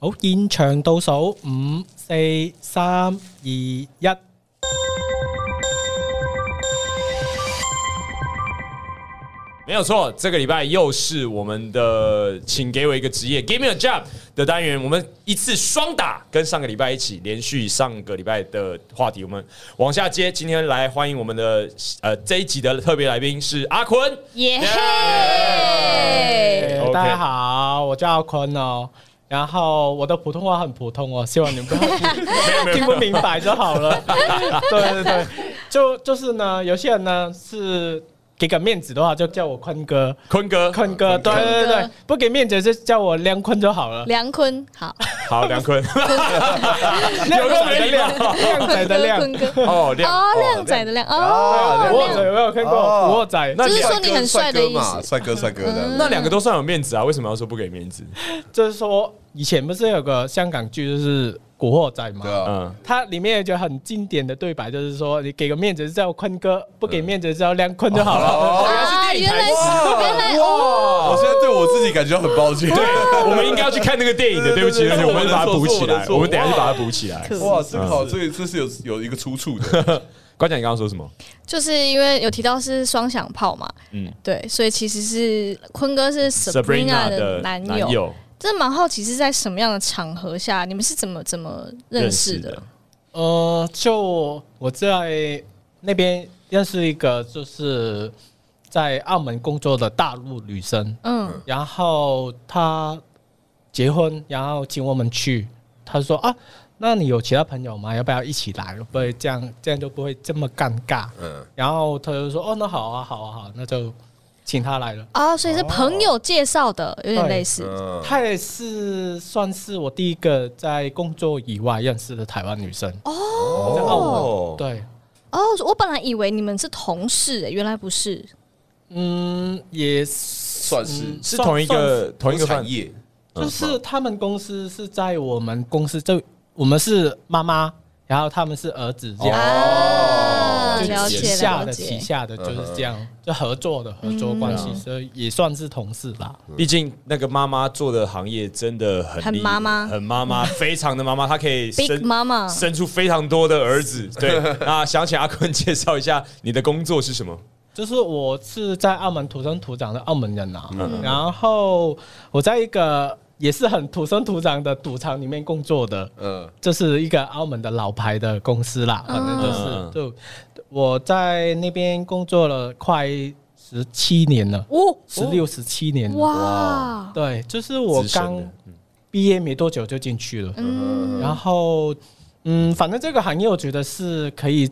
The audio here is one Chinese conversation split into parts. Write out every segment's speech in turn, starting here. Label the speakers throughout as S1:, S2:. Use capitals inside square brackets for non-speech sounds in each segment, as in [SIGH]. S1: 好，現場倒數五、四、三、二、一。
S2: 没有错，这个礼拜又是我们的“请给我一个职业 ”（Give me a job） 的单元，我们一次双打，跟上个礼拜一起，连续上个礼拜的话题，我们往下接。今天来欢迎我们的呃这一集的特别来宾是阿坤，
S3: 耶、
S2: Yeah
S1: 大家好，我叫阿坤哦。然后我的普通话很普通哦，希望你们不要听不明白就好了。对对对，就就是呢，有些人呢是给个面子的话，就叫我坤哥，
S2: 坤哥，
S1: 坤哥，对对
S3: 坤
S1: 对
S3: 哥，
S1: 不给面子就叫我梁坤就好了。
S3: 梁坤好，
S2: 好，梁坤，
S1: 靓
S2: 有个
S1: 仔的
S2: 没礼貌
S1: 亮，靓仔的亮。
S3: 坤哥，
S2: 哦，亮 [LAUGHS]
S3: 哦，靓仔的亮，哦
S4: 哦，
S1: 古
S4: 亮
S1: 惑仔有没有看过？
S4: 哦
S1: 古惑仔，
S2: 那
S3: 就是
S2: 两
S3: 说你很帅的
S4: 哥
S3: 意
S4: 嘛，
S3: 思。嗯
S4: 帅哥帅哥的。
S2: 哦那两个都算有面子啊，为什么要说不给面子？
S1: 就是说以前不是有个香港剧就是《古惑仔》
S4: 对
S1: 嘛？
S4: 啊，
S2: 嗯，
S1: 它里面有一句很经典的对白，就是说你给个面子就叫坤哥，不给面子就叫梁坤就好了。
S3: 啊，原来是原来哦
S4: 哇！我现在对我自己感觉很抱歉。
S3: 啊
S2: 我们应该要去看那个电影的，对不起，
S4: 对
S2: 对
S4: 对
S2: 不起，
S4: 对
S2: 我们把它补
S4: 是
S2: 起
S4: 我的
S2: [LAUGHS] 来，
S4: 错
S2: 我们等一下去把它补起来。
S3: 可
S4: 哇，这个好，这个这是有有一个出处的。
S2: 关讲，你刚刚说什么？
S3: 就是因为有提到是双响炮嘛，
S2: 嗯
S3: 嗯，对，所以其实是坤哥是 Sabrina 的男友，
S2: 友
S3: 真的蛮好奇是在什么样的场合下，你们是怎么怎么认识的？，
S1: [LAUGHS] 呃，就我在那边认识一个就是在澳门工作的大陆女生，
S3: 嗯，
S1: 然后她结婚，然后请我们去，她说啊，那你有其他朋友吗？要不要一起来？不会这样，这样就不会这么尴尬。
S4: 嗯，
S1: 然后他就说：“哦，那好啊，好啊，好，那就请他来了。
S3: 啊，所以是朋友介绍的，有点类似，
S4: 嗯
S1: 她也是算是我第一个在工作以外认识的台湾女生，在澳门。，对，
S3: 哦，我本来以为你们是同事、欸，原来不是。
S1: 嗯，也算
S4: 算
S3: 嗯
S2: 是
S4: 是
S2: 同一，个同一个
S4: 产
S2: 饭，
S4: 业，
S1: 算就是他们公司是在我们公司，就我们是妈妈，然后他们是儿子，
S3: 哦
S1: 这样、
S3: 啊，
S1: 哦就
S3: 了
S1: 旗
S3: 解
S1: 下
S3: 了
S1: 的旗
S3: 解。嗯
S1: 下的就是这样，就合作的合作关系，所以也算是同事吧。
S2: 嗯毕竟那个妈妈做的行业真的很
S1: [LAUGHS]
S3: 很
S2: 厉
S3: 妈妈
S2: 很妈妈，非常的妈妈，她可以
S3: Big
S2: 生
S3: 妈妈
S2: 生出非常多的儿子。
S1: [LAUGHS]
S2: 对，那想请阿坤介绍一下你的工作是什么？
S1: 就是我是在澳门土生土长的澳门人啊，然后我在一个也是很土生土长的赌场里面工作的，
S4: 嗯，
S1: 这是一个澳门的老牌的公司啦，反正就是、
S2: 嗯
S1: 就我在那边工作了快十七年了，
S3: 哦，
S1: 十六十七年了，
S3: 哇，
S1: 对，就是我
S2: 资深
S1: 刚
S2: 的嗯
S1: 毕业没多久就进去了，
S3: 嗯，
S1: 然后，嗯，反正这个行业我觉得是可以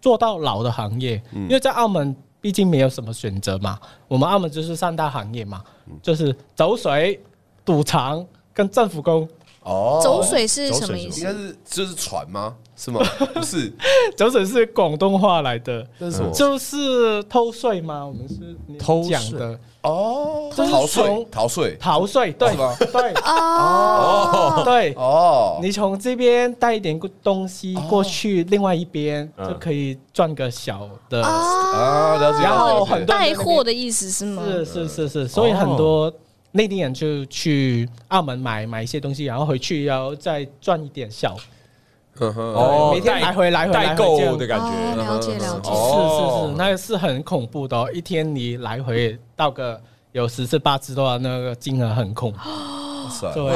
S1: 做到老的行业，
S2: 嗯
S1: 因为在澳门毕竟没有什么选择嘛。我们澳门就是三大行业嘛，
S2: 嗯
S1: 就是走水、赌场跟政府工。 [LAUGHS]
S4: 哦
S3: 走水是
S2: 走水
S3: 什么意
S4: 应
S3: 思
S4: 该？是就是船吗？
S2: [LAUGHS]
S4: 是吗？不是，
S1: 走水是广东话来的，
S4: 那是什么？
S1: 就是偷税嘛，我们是
S2: 偷税
S1: 讲的
S4: 哦，
S1: 就是
S4: 逃
S1: 从
S4: 税，逃税，
S1: 逃税，对
S4: 是吗
S1: 对
S3: 哦，
S1: 对。
S4: 哦，
S1: 你从这边带一点东西过去，另外一边
S2: 嗯
S4: 哦
S1: 就可以赚个小的
S4: 啊，了解，
S1: 然后
S4: 了解
S1: 很多
S3: 带货的意思是吗？
S1: 是是是是，所以很多内地人就去澳门买买一些东西，然后回去要再赚一点小，
S4: 嗯哼
S2: 哦
S1: 呃每天
S2: 代
S1: 来回来回来
S2: 代
S1: 回这
S2: 购
S1: 样
S2: 的感
S1: 嗯
S3: 哦
S2: 觉，
S3: 了解了解。
S1: 是是
S2: 哦
S1: 是，那个是很恐怖的、哦，一天你来回到个有十次八次的话，那个金额很恐怖，
S4: 哇塞
S1: 对，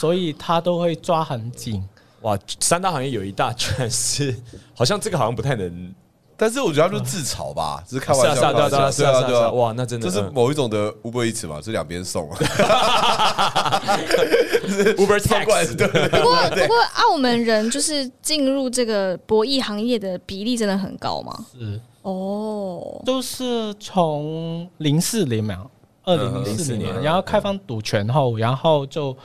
S1: 所以他都会抓很紧。
S2: 哇！三大行业有一大居然是，好像这个好像不太能
S1: [LAUGHS]
S4: 但是我觉得他就自嘲吧，只是开
S2: 是啊
S4: 玩
S2: 是啊
S4: 笑，开玩
S2: 对啊
S4: 笑
S2: 是啊是啊是啊哇那真的
S4: 这是某一种的 Uber Eats 嘛，这两
S2: [LAUGHS]
S4: 边送啊，
S2: Uber
S4: 超怪
S2: Tax
S4: 对对 [LAUGHS]
S3: 不过不过，澳门人就是进入这个博弈行业的比例真的很高吗？
S1: 是，
S3: 哦，
S1: 就是从零四年嘛，二零零四
S2: 嗯
S1: 年，
S2: 04
S1: 然后开放赌权后，然后就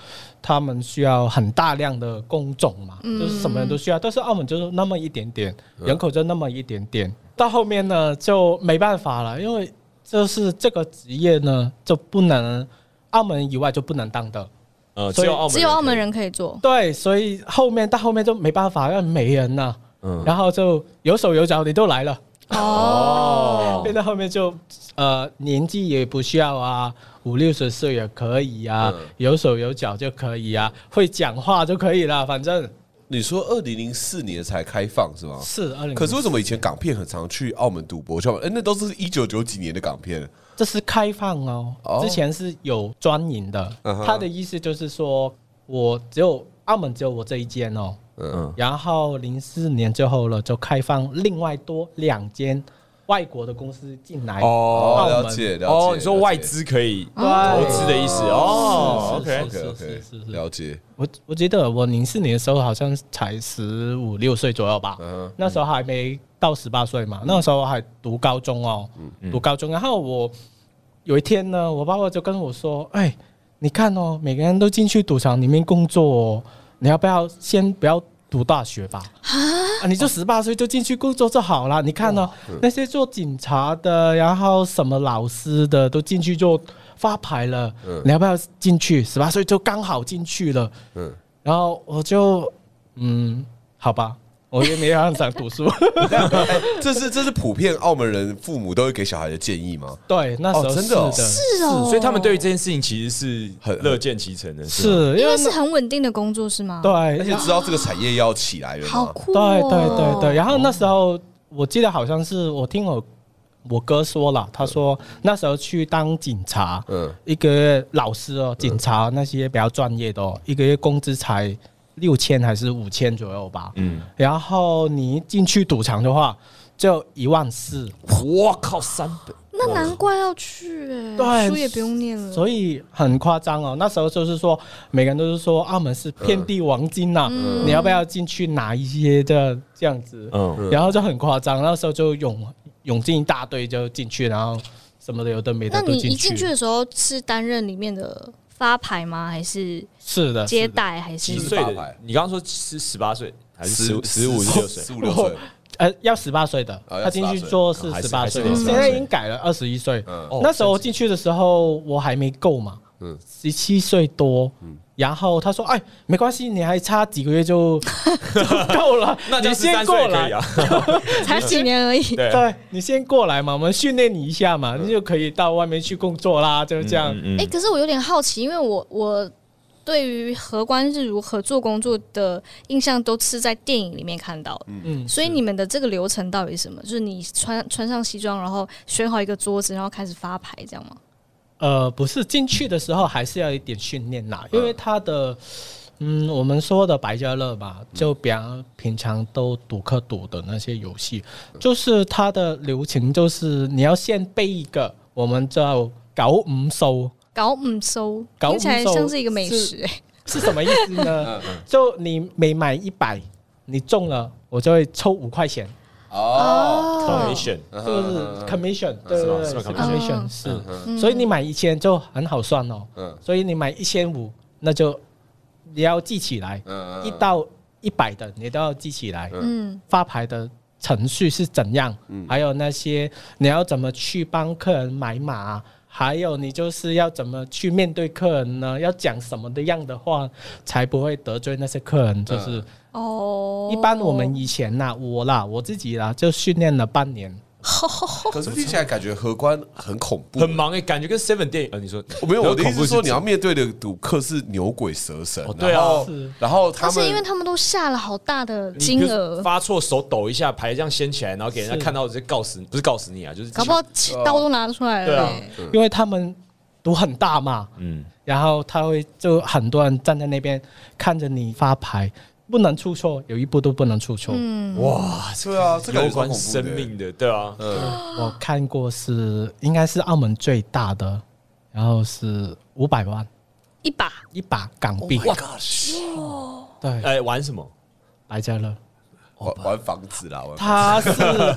S1: 他们需要很大量的工种嘛，就是什么人都需要，但是澳门就是那么一点点，人口就那么一点点，到后面呢就没办法了，因为就是这个职业呢就不能澳门以外就不能当的，
S2: 呃，只
S1: 所以
S2: 有澳门，
S3: 只有澳门，人可以做。
S1: 对，所以后面到后面就没办法，因为没人了，
S2: 嗯，
S1: 然后就有手有脚你都来了。
S3: 哦，
S1: 变到后面就呃年纪也不需要啊，五六十岁也可以啊，
S4: 嗯
S1: 有手有脚就可以啊，会讲话就可以了，反正
S4: 你说二零零四年才开放是吗？
S1: 是二零。
S4: 可是为什么以前港片很常去澳门赌博？像哎、那都是一九九几年的港片，
S1: 这是开放哦，
S4: 哦
S1: 之前是有专营的。
S4: 嗯哼
S1: 他的意思就是说，我只有澳门只有我这一间哦，
S4: 嗯，
S1: 然后零四年之后了就开放另外多两间外国的公司进来。
S2: 哦
S1: 澳门
S4: 了解了解。
S2: 哦，你说
S4: 了解
S2: 外资可以
S1: 对
S2: 投资的意思哦
S1: 是是
S2: ，OK，
S4: ？OK
S1: 是
S4: OK，
S1: 是是是
S4: 了解。
S1: 我我记得我零四年的时候好像才十五六岁左右吧，
S4: 嗯
S1: 那时候还没到十八岁嘛，那时候还读高中哦，读高中。然后我有一天呢，我爸爸就跟我说：“哎，你看哦，每个人都进去赌场里面工作哦，你要不要先不要读大学吧？啊，你就十八岁就进去工作就好了。你看哦，那些做警察的，然后什么老师的都进去就发牌了，你要不要进去？十八岁就刚好进去了。”
S4: 嗯，
S1: 然后我就嗯，好
S4: [LAUGHS]
S1: 吧，我也没很想读书。
S4: 这是这是普遍澳门人父母都会给小孩的建议吗？
S1: 对，那时候
S4: 哦真
S1: 是
S4: 的哦
S3: 是哦，
S2: 所以他们对于这件事情其实是
S4: 很
S2: 乐见其成的，
S1: 是
S2: 吗
S1: 因
S3: 因
S1: 为
S3: 为是很稳定的工作是吗？
S1: 那，对，
S4: 而且知道这个产业要起来了
S3: 哎好
S4: 吗？
S3: 酷哦，
S1: 对对对对。然后那时候我记得好像是我听我我哥说了，他说那时候去当警察，
S4: 嗯，
S1: 一个月老师哦，警察那些比较专业的哦，一个月工资才六千还是五千左右吧。
S2: 嗯，
S1: 然后你一进去赌场的话，就一万四。
S2: 我靠，三倍，
S3: 那难怪要去哎、
S1: 对
S3: 书也不用念了，
S1: 所以很夸张哦。那时候就是说，每个人都是说澳门是遍地黄金呐、
S3: 嗯
S1: 你要不要进去拿一些这这样子？
S2: 嗯，
S1: 然后就很夸张，那时候就涌涌进一大堆就进去，然后什么的有的没
S3: 那
S1: 的都
S3: 你
S1: 进
S3: 一进去
S1: 去。
S3: 的时候是担任里面的发牌吗？还是
S1: 啊是的，
S3: 接
S1: 是的
S3: 待？还是
S2: 几
S4: 是
S2: 岁
S4: 八
S2: 的
S4: 百？
S2: 你刚刚说是十八岁还是十十五十六岁？
S4: 十五六岁，
S1: 呃，要十八岁的，
S4: 哦要
S1: 他进去
S4: 18岁
S1: 做是
S2: 哦还是
S1: 十八
S2: 还是
S1: 岁
S2: 得
S1: 的，
S2: 18
S1: 现在已
S2: 岁
S1: 经改了二十一岁。
S4: 嗯，
S2: 哦
S1: 那时候进去的时候我还没够嘛，十七岁多。然后他说：“哎，没关系，你还差几个月就 [LAUGHS] 就够了，
S2: [LAUGHS] 那就
S1: 你
S2: 是三
S1: 先
S2: 岁
S1: 过
S2: 可
S1: 来
S2: 以。啊，
S3: 才几年而已？
S2: 对
S1: 对你先过来嘛，我们训练你一下嘛，你就可以到外面去工作啦，就是这样。
S2: 嗯
S3: 哎、可是我有点好奇，因为我我对于荷官是如何做工作的印象都是在电影里面看到的，
S1: 嗯，
S3: 所以你们的这个流程到底是什么？就是你穿穿上西装，然后选好一个桌子，然后开始发牌，这样吗？
S1: 呃，不是进去的时候还是要一点训练啦，因为他的，嗯，我们说的白家乐吧，就比方平常都赌客赌的那些游戏，就是它的流程就是你要先背一个，我们叫搞五收
S3: 搞五收，
S1: 搞
S3: 听起来
S1: 五收
S3: 像是一个美
S1: 是
S3: 食、欸，
S1: 是什么意思呢？就你每买一百，你中了，我就会抽五块钱。
S4: 哦，
S2: ，donation，
S1: 这个是 commission，对
S2: 嗯是
S1: 对
S2: 吧
S1: 对
S2: 是吧
S1: 是
S3: commission
S1: commission 是，所以你买一千就很好算哦
S4: 嗯，
S1: 所以你买一千五，那就你要记起来，
S4: 嗯
S1: 一到一百的你都要记起来，
S3: 嗯，
S1: 发牌的程序是怎样，还有那些你要怎么去帮客人买马。还有，你就是要怎么去面对客人呢？要讲什么的样的话，才不会得罪那些客人？就是
S3: 哦，
S1: 一般我们以前呐、我啦，我自己啦，就训练了半年，
S3: 哦
S4: 可是听起来感觉荷官很恐怖，
S2: 很忙哎，感觉跟 Seven 电影，呃，你说
S4: 没有，我的意思是说，你
S2: 要。
S4: 要面对的赌客是牛鬼蛇神
S2: 哦，对啊
S4: 然后
S1: 是
S4: 然后
S3: 而
S4: 他
S3: 且因为
S4: 们
S3: 他们都下了好大的
S2: 你比
S3: 金
S2: 如说
S3: 额，
S2: 发错手抖一下，牌这样掀起来，然后给人家
S1: 是
S2: 看到直接告死你，不是告死你啊，就是
S3: 搞不好起刀都拿出来
S2: 对
S3: 了、
S2: 啊
S3: 欸。
S1: 因为他们赌很大嘛，
S2: 嗯，
S1: 然后他会就很多人站在那边看着你发牌，不能出错，有一步都不能出错。
S3: 嗯
S2: 哇，
S4: 对啊，这个
S2: 有
S4: 有
S2: 关生命的，对啊，
S1: 我看过是应该是澳门最大的，然后是五百万
S3: 一把
S1: 一把港币，对，
S2: 哎，玩什么？
S1: 白家乐，
S4: 玩玩房子啦，玩
S1: 他是
S2: [LAUGHS] 瑞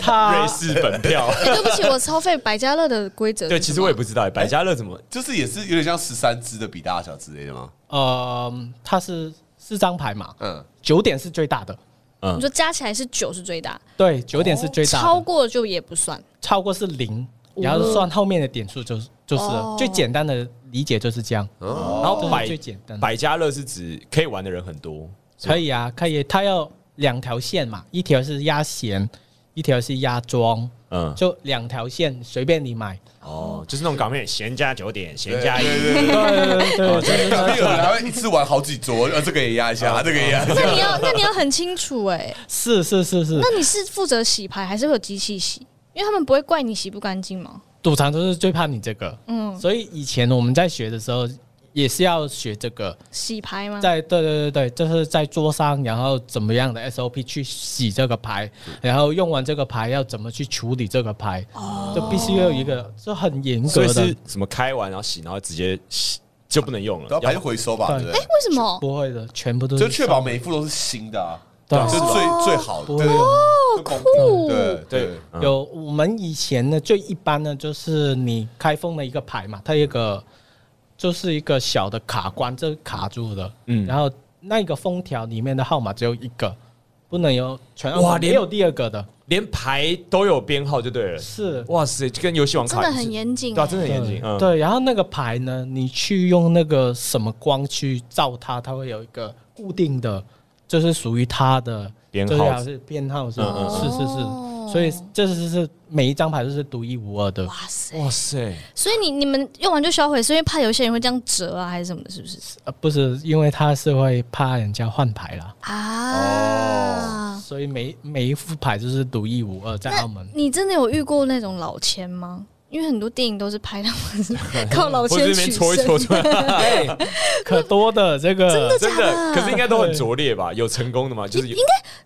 S1: 他
S2: 士本票？
S3: 欸对不起，我超费百家乐的规则。
S2: 对，其实我也不知道，百家乐怎么？
S4: 就是也是有点像十三只的比大小之类的吗？
S1: 呃他是四张牌嘛，
S4: [LAUGHS] 嗯，
S1: 九点是最大的，
S3: 你说加起来是九是最大，
S1: 对，九点是最大的，
S3: 哦超过就也不
S2: [LAUGHS]
S3: 算。
S1: 超过是零，然后算后面的点数就是就是了
S3: 哦
S1: 最简单的理解就是这样。
S2: 然后
S1: 这
S2: 百
S1: 是最简单的
S2: 百家乐是指可以玩的人很多，
S1: 可以啊，可以，它要两条线嘛，一条是压弦，一条是鸭庄，
S2: 嗯，
S1: 就两条线随便你买。
S2: 哦，就是那种港片闲家酒点、闲家一
S4: 对，对对
S1: 对对对，
S2: 哦
S1: [LAUGHS] 就是
S4: 对，
S1: 那
S4: 有人
S1: 种
S4: 还会一次玩好几桌，呃，这个也压一下，这个也压一
S2: 啊
S3: 那
S4: 下。
S3: 你要那你要很清楚哎、
S1: 是是是是，
S3: 那你是负责洗牌还是会有机器洗？因为他们不会怪你洗不干净吗？
S1: 赌场就是最怕你这个。
S3: 嗯，
S1: 所以以前我们在学的时候也是要学这个，
S3: 洗牌吗？
S1: 在对对对对，就是在桌上，然后怎么样的 SOP 去洗这个牌，然后用完这个牌要怎么去处理这个牌，就必须要有一个就很严
S2: 所
S1: 格
S2: 以
S1: 的
S2: 是，什么开完然后洗，然后直接洗就不能用
S4: 然
S2: 了
S4: 后，还是回收吧，对
S1: 对
S4: 不对？
S3: 为什么？
S1: 不会的，全部都是
S4: 就确保每一副都是新的啊，
S1: 对
S4: 就最最好的，
S1: 不会
S4: 对
S1: 有。
S4: 就公平对
S2: 对
S4: 对，
S2: 嗯
S1: 有我们以前呢，最一般呢，就是你开封的一个牌嘛，它有一个就是一个小的卡关，这卡住的，嗯，
S2: 嗯
S1: 然后那个封条里面的号码只有一个，不能有全
S2: 哇
S1: 哇，
S2: 连
S1: 没有第二个的，
S2: 连牌都有编号就对了。
S1: 是
S2: 哇塞，就跟游戏王
S3: 真
S2: 卡
S3: 的很严谨、
S2: 对啊，真的很严谨。
S1: 对
S2: 嗯，
S1: 对，然后那个牌呢，你去用那个什么光去照它，它会有一个固定的，就是属于它的
S2: 编
S1: 就是
S2: 号
S1: 要是编号是吧
S2: 嗯嗯
S1: 是是
S3: 哦
S1: 是，所以这是是每一张牌都是独一无二的。
S3: 哎哇塞！
S2: 哇塞，
S3: 所以你你们用完就销毁，是因为怕有些人会这样折啊，还是什么的？是不是
S1: 呃，不是，因为他是会怕人家换牌啦，
S2: 哦
S3: 啊？
S1: 所以每每一副牌就是独一无二，在澳
S3: [LAUGHS]
S1: 门。
S3: 你真的有遇过那种老千吗？因为很多电影都是拍他
S2: [LAUGHS]
S3: 们是靠老
S2: 或者
S3: 千
S2: 这边
S3: 取
S2: 搓一
S3: 胜，
S2: 搓出来，
S1: 可多的这个，
S2: 真的。可是应该都很拙劣吧？有成功的吗？就是有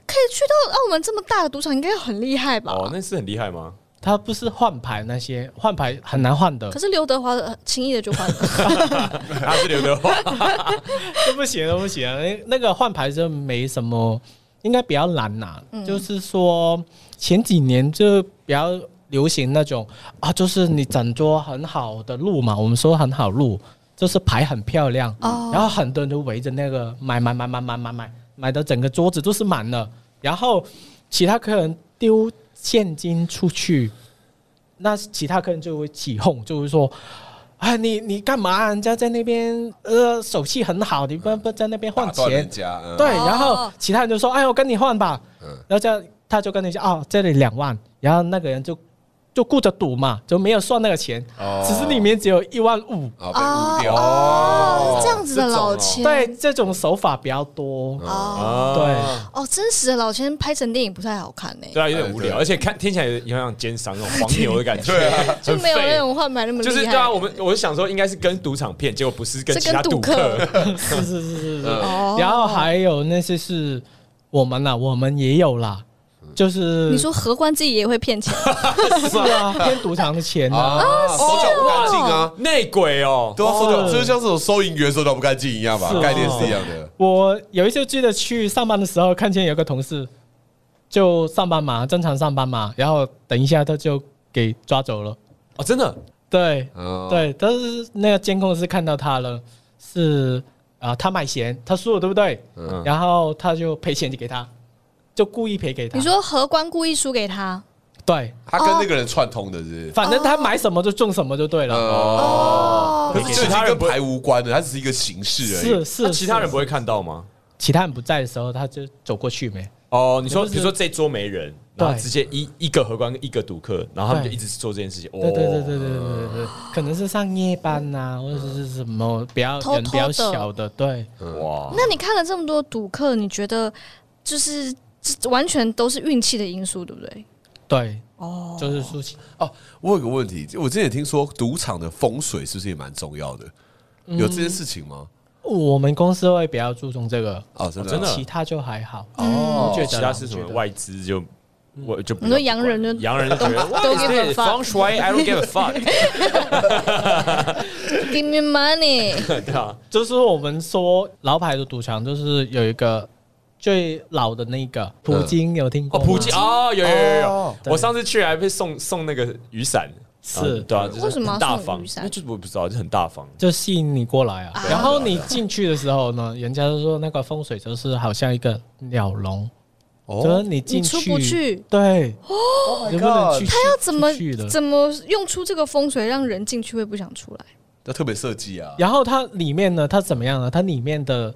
S3: 可以去到澳门这么大的赌场，应该很厉害吧？
S2: 哦，那是很厉害吗？
S1: 他不是换牌那些，换牌很难换的
S3: 可，是刘德华呃轻易的就
S2: [LAUGHS]
S3: 换了，
S2: 他是刘德华，
S1: 都 [LAUGHS] 不行，都不行。那那个换牌就没什么，应该比较难拿。就是说前几年就比较流行那种啊，就是你整桌很好的路嘛，我们说很好路，就是牌很漂亮，
S3: 哦
S1: 然后很多人都围着那个买买买买买买买，买的整个桌子都是满了，然后其他客人丢现金出去，那其他客人就会起哄，就会说。啊，你你干嘛？人家在那边呃，手气很好，你不不在那边换
S4: 打断
S1: 钱
S4: 人，家，嗯
S1: 对，
S3: 哦
S1: 然后其他人就说：“哎，我跟你换吧。”然后这样他就跟你说：“哦，这里两万。”然后那个人就就顾着赌嘛，就没有算那个钱，
S4: 哦
S1: 只是里面只有一万五。
S4: 啊，被
S3: 哦
S4: 污掉
S3: 哦，这样子的
S2: 这种哦
S3: 老千，
S1: 对，这种手法比较多。
S3: 哦
S4: 嗯
S2: 啊
S3: 哦，真实的老千拍成电影不太好看欸呢、
S2: 对啊，有点无聊，
S4: 对
S2: 而且看听起来有点像奸商那种黄牛的感觉，
S4: 对啊，
S3: 就
S2: 很
S3: 没有那
S2: 废
S3: 种换牌那么厉
S2: 就
S3: 害。
S2: 是对啊，我们我是想说应该是跟赌场骗，结果不是跟
S3: 是
S2: 其他赌
S3: 跟赌
S2: 客
S3: 客，
S1: 是是是是是。[LAUGHS]
S3: 哦
S1: 然后还有那些是我们啦，我们也有啦，
S2: 嗯
S1: 就是
S3: 你说荷官自己也会
S1: [LAUGHS]
S3: 骗钱，
S1: 是啊，骗赌场的钱啊。
S4: 啊，手脚不干净啊，
S2: 内鬼哦，
S4: 对啊，手脚
S1: 哦
S4: 就是像这种收银员手脚不干净一样吧
S1: 是，哦
S4: 概念是一样的。
S1: 我有一次记得去上班的时候，看见有个同事就上班嘛，正常上班嘛，然后等一下他就给抓走了。
S2: 哦，真的
S1: 对
S2: 哦
S4: 嗯，
S1: 对，但是那个监控是看到他了，是啊、他买咸，他输了，对不对？
S2: 嗯
S1: 然后他就赔钱给他，就故意赔给他。
S3: 你说荷官故意输给他，
S1: 对，
S4: 他跟那个人串通的是
S1: 反正他买什么就中什么就对了。
S4: 哦，可是这已经跟
S2: 啊
S4: 牌无关的，它只是一个形式而已
S1: 是。
S2: 那
S1: 是，
S2: 啊其他人
S1: 是
S2: 不会看到吗？
S1: 其他人不在的时候，他就走过去没。
S2: 哦，你说
S1: 就是
S2: 比如说这桌没人，然后
S1: 对
S2: 直接一一个荷官跟一个赌客，然后他们就
S1: 对
S2: 一直做这件事情，哦
S1: 对对对对对对对对，可能是上夜班呐、或者是什么比较
S3: 偷
S1: 人比较
S3: 偷的
S1: 小的，对。
S2: 哦哇，
S3: 那你看了这么多赌客，你觉得就是这完全都是运气的因素，对不对？
S1: 对，哦，就是抒情，
S4: 哦，我有个问题，我之前也听说赌场的风水是不是也蛮重要的？有这件事情吗？
S1: 我们公司会比较注重这个，
S4: 哦，真的
S2: 真的
S1: 其他就还好。
S2: 哦
S1: 我觉得
S2: 其他是什
S1: 我
S2: 么
S1: 觉得
S2: 外资就我就不
S3: 你说洋人就
S2: 洋人就觉得
S3: 都
S2: What is
S3: give a
S2: this?
S3: fuck
S2: Feng shui, I don't give a fuck，
S3: Give me
S1: [LAUGHS]
S3: money，
S2: 对啊，
S1: 就是我们说老牌的赌场，就是有一个最老的那个葡京，有听
S2: 哦，
S1: 过吗？
S2: 普及哦，有有有有
S4: 哦，
S1: 对
S2: 我上次去还被送送那个雨伞，
S1: 是
S2: 啊对啊，就是
S3: 为什么要
S2: 很大
S3: 送
S2: 方
S3: 雨，伞
S2: 那就是我不知道，就很大方。
S1: 就吸引你过来啊
S3: 啊。
S1: 然后你进去的时候呢，人家就说那个风水就是好像一个鸟笼，就是
S4: 哦，
S1: 你进去
S3: 你出不去
S1: 对，你不能去，
S4: God
S1: 他
S3: 他要怎么
S1: 去的？
S3: 怎么用出这个风水，让人进去会不想出来？
S4: 要特别设计啊。
S1: 然后它里面呢，它怎么样呢？它里面的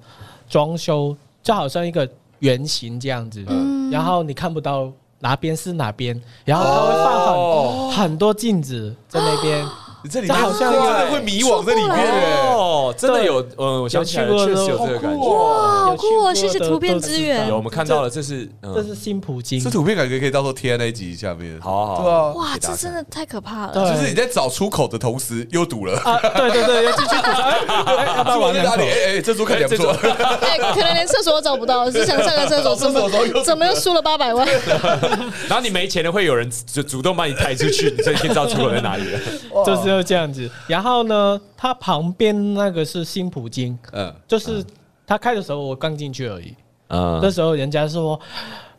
S1: 装修就好像一个圆形这样子，然后你看不到哪边是哪边，然后他会放很、
S2: 哦
S1: 很多镜子在那边。
S4: 你这里
S1: 这
S4: 面
S1: 好像
S4: 真的会迷惘在里面欸。
S2: 哦，真的
S1: 对
S2: 有，嗯，我想起来了，
S1: 有去
S2: 确
S1: 过
S2: 实有
S1: 的
S2: 这个感
S4: 好酷
S2: 觉。
S4: 哦
S3: 好
S1: 有去
S3: 酷哦！
S1: 过
S3: 谢谢
S1: 的
S3: 图片
S1: 都知
S3: 资源
S1: 道
S2: 有，我们看到了，这是，
S1: 这
S2: 嗯，
S1: 是新普京
S4: 欸这，图片感觉可以到时候贴在那一集下面。
S2: 好好好
S4: 对啊。
S3: 哇，
S2: 给大家
S3: 这真的太可怕了。
S1: 对
S4: 就是你在找出口的同时又堵了，
S1: 啊，对对对，要继续补充，哎哎要不要
S4: 出口
S1: 玩
S4: 在
S1: 两
S4: 哪
S1: 口
S4: 里？？哎哎，这猪看起来不错，
S3: 哎，可能连厕所都找不到，是想上个厕所，怎
S1: [LAUGHS]
S4: 找厕所都有
S3: 么怎么又输了八百万？
S1: 哎
S2: 然后你没钱的会有人 [LAUGHS] 就主动把你抬出去，你就已经知道出口在哪里了。
S1: 就是要这样子。然后呢，它旁边那个是新普京，
S4: 嗯，
S1: 就是他开的时候我刚进去而已，那
S2: 嗯，
S1: 时候人家说。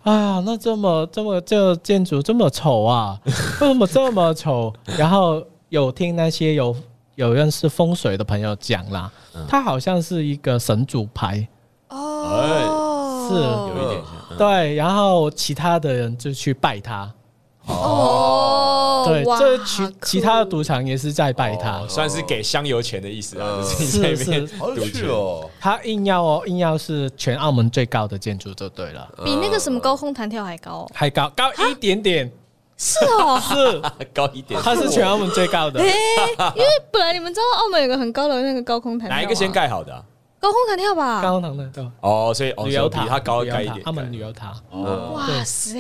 S1: 啊，那这么这么这建筑这么丑
S2: [LAUGHS]
S1: 啊，为什么这么丑？然后有听那些有有认识风水的朋友讲啦，
S2: 嗯
S1: 它好像是一个神主牌，
S3: 哦，
S1: 是
S2: 有一点像。
S1: 对，然后其他的人就去拜它，
S3: 哦，
S1: 对，
S3: 哇
S1: 这其
S3: 好酷
S1: 其他的赌场也是在拜它，
S2: 哦算是给香油钱的意思啊，
S4: 嗯
S2: 就是你这边
S1: 啊是
S4: 好有趣哦。
S1: 他硬要哦，硬要是全澳门最高的建筑就对了，
S3: 比那个什么高空弹跳还高哦，
S1: 还高高一点点，
S3: [LAUGHS] 是哦。
S1: 是
S2: 高一点。
S1: 它是全澳门最高的 [LAUGHS]
S3: [LAUGHS] 哎、， [LAUGHS] 因为本来你们知道澳门有个很高的那个高空弹跳、
S2: 哪一个先？盖好的啊？
S3: 高空弹跳吧。
S1: 高堂的对
S2: 哦，所以哦，
S1: 旅游
S2: 所以
S1: 塔，
S2: 比它高
S1: 旅游
S2: 盖一
S1: 塔嗯
S2: 点。
S1: 澳门旅游塔，哦
S3: 哇塞！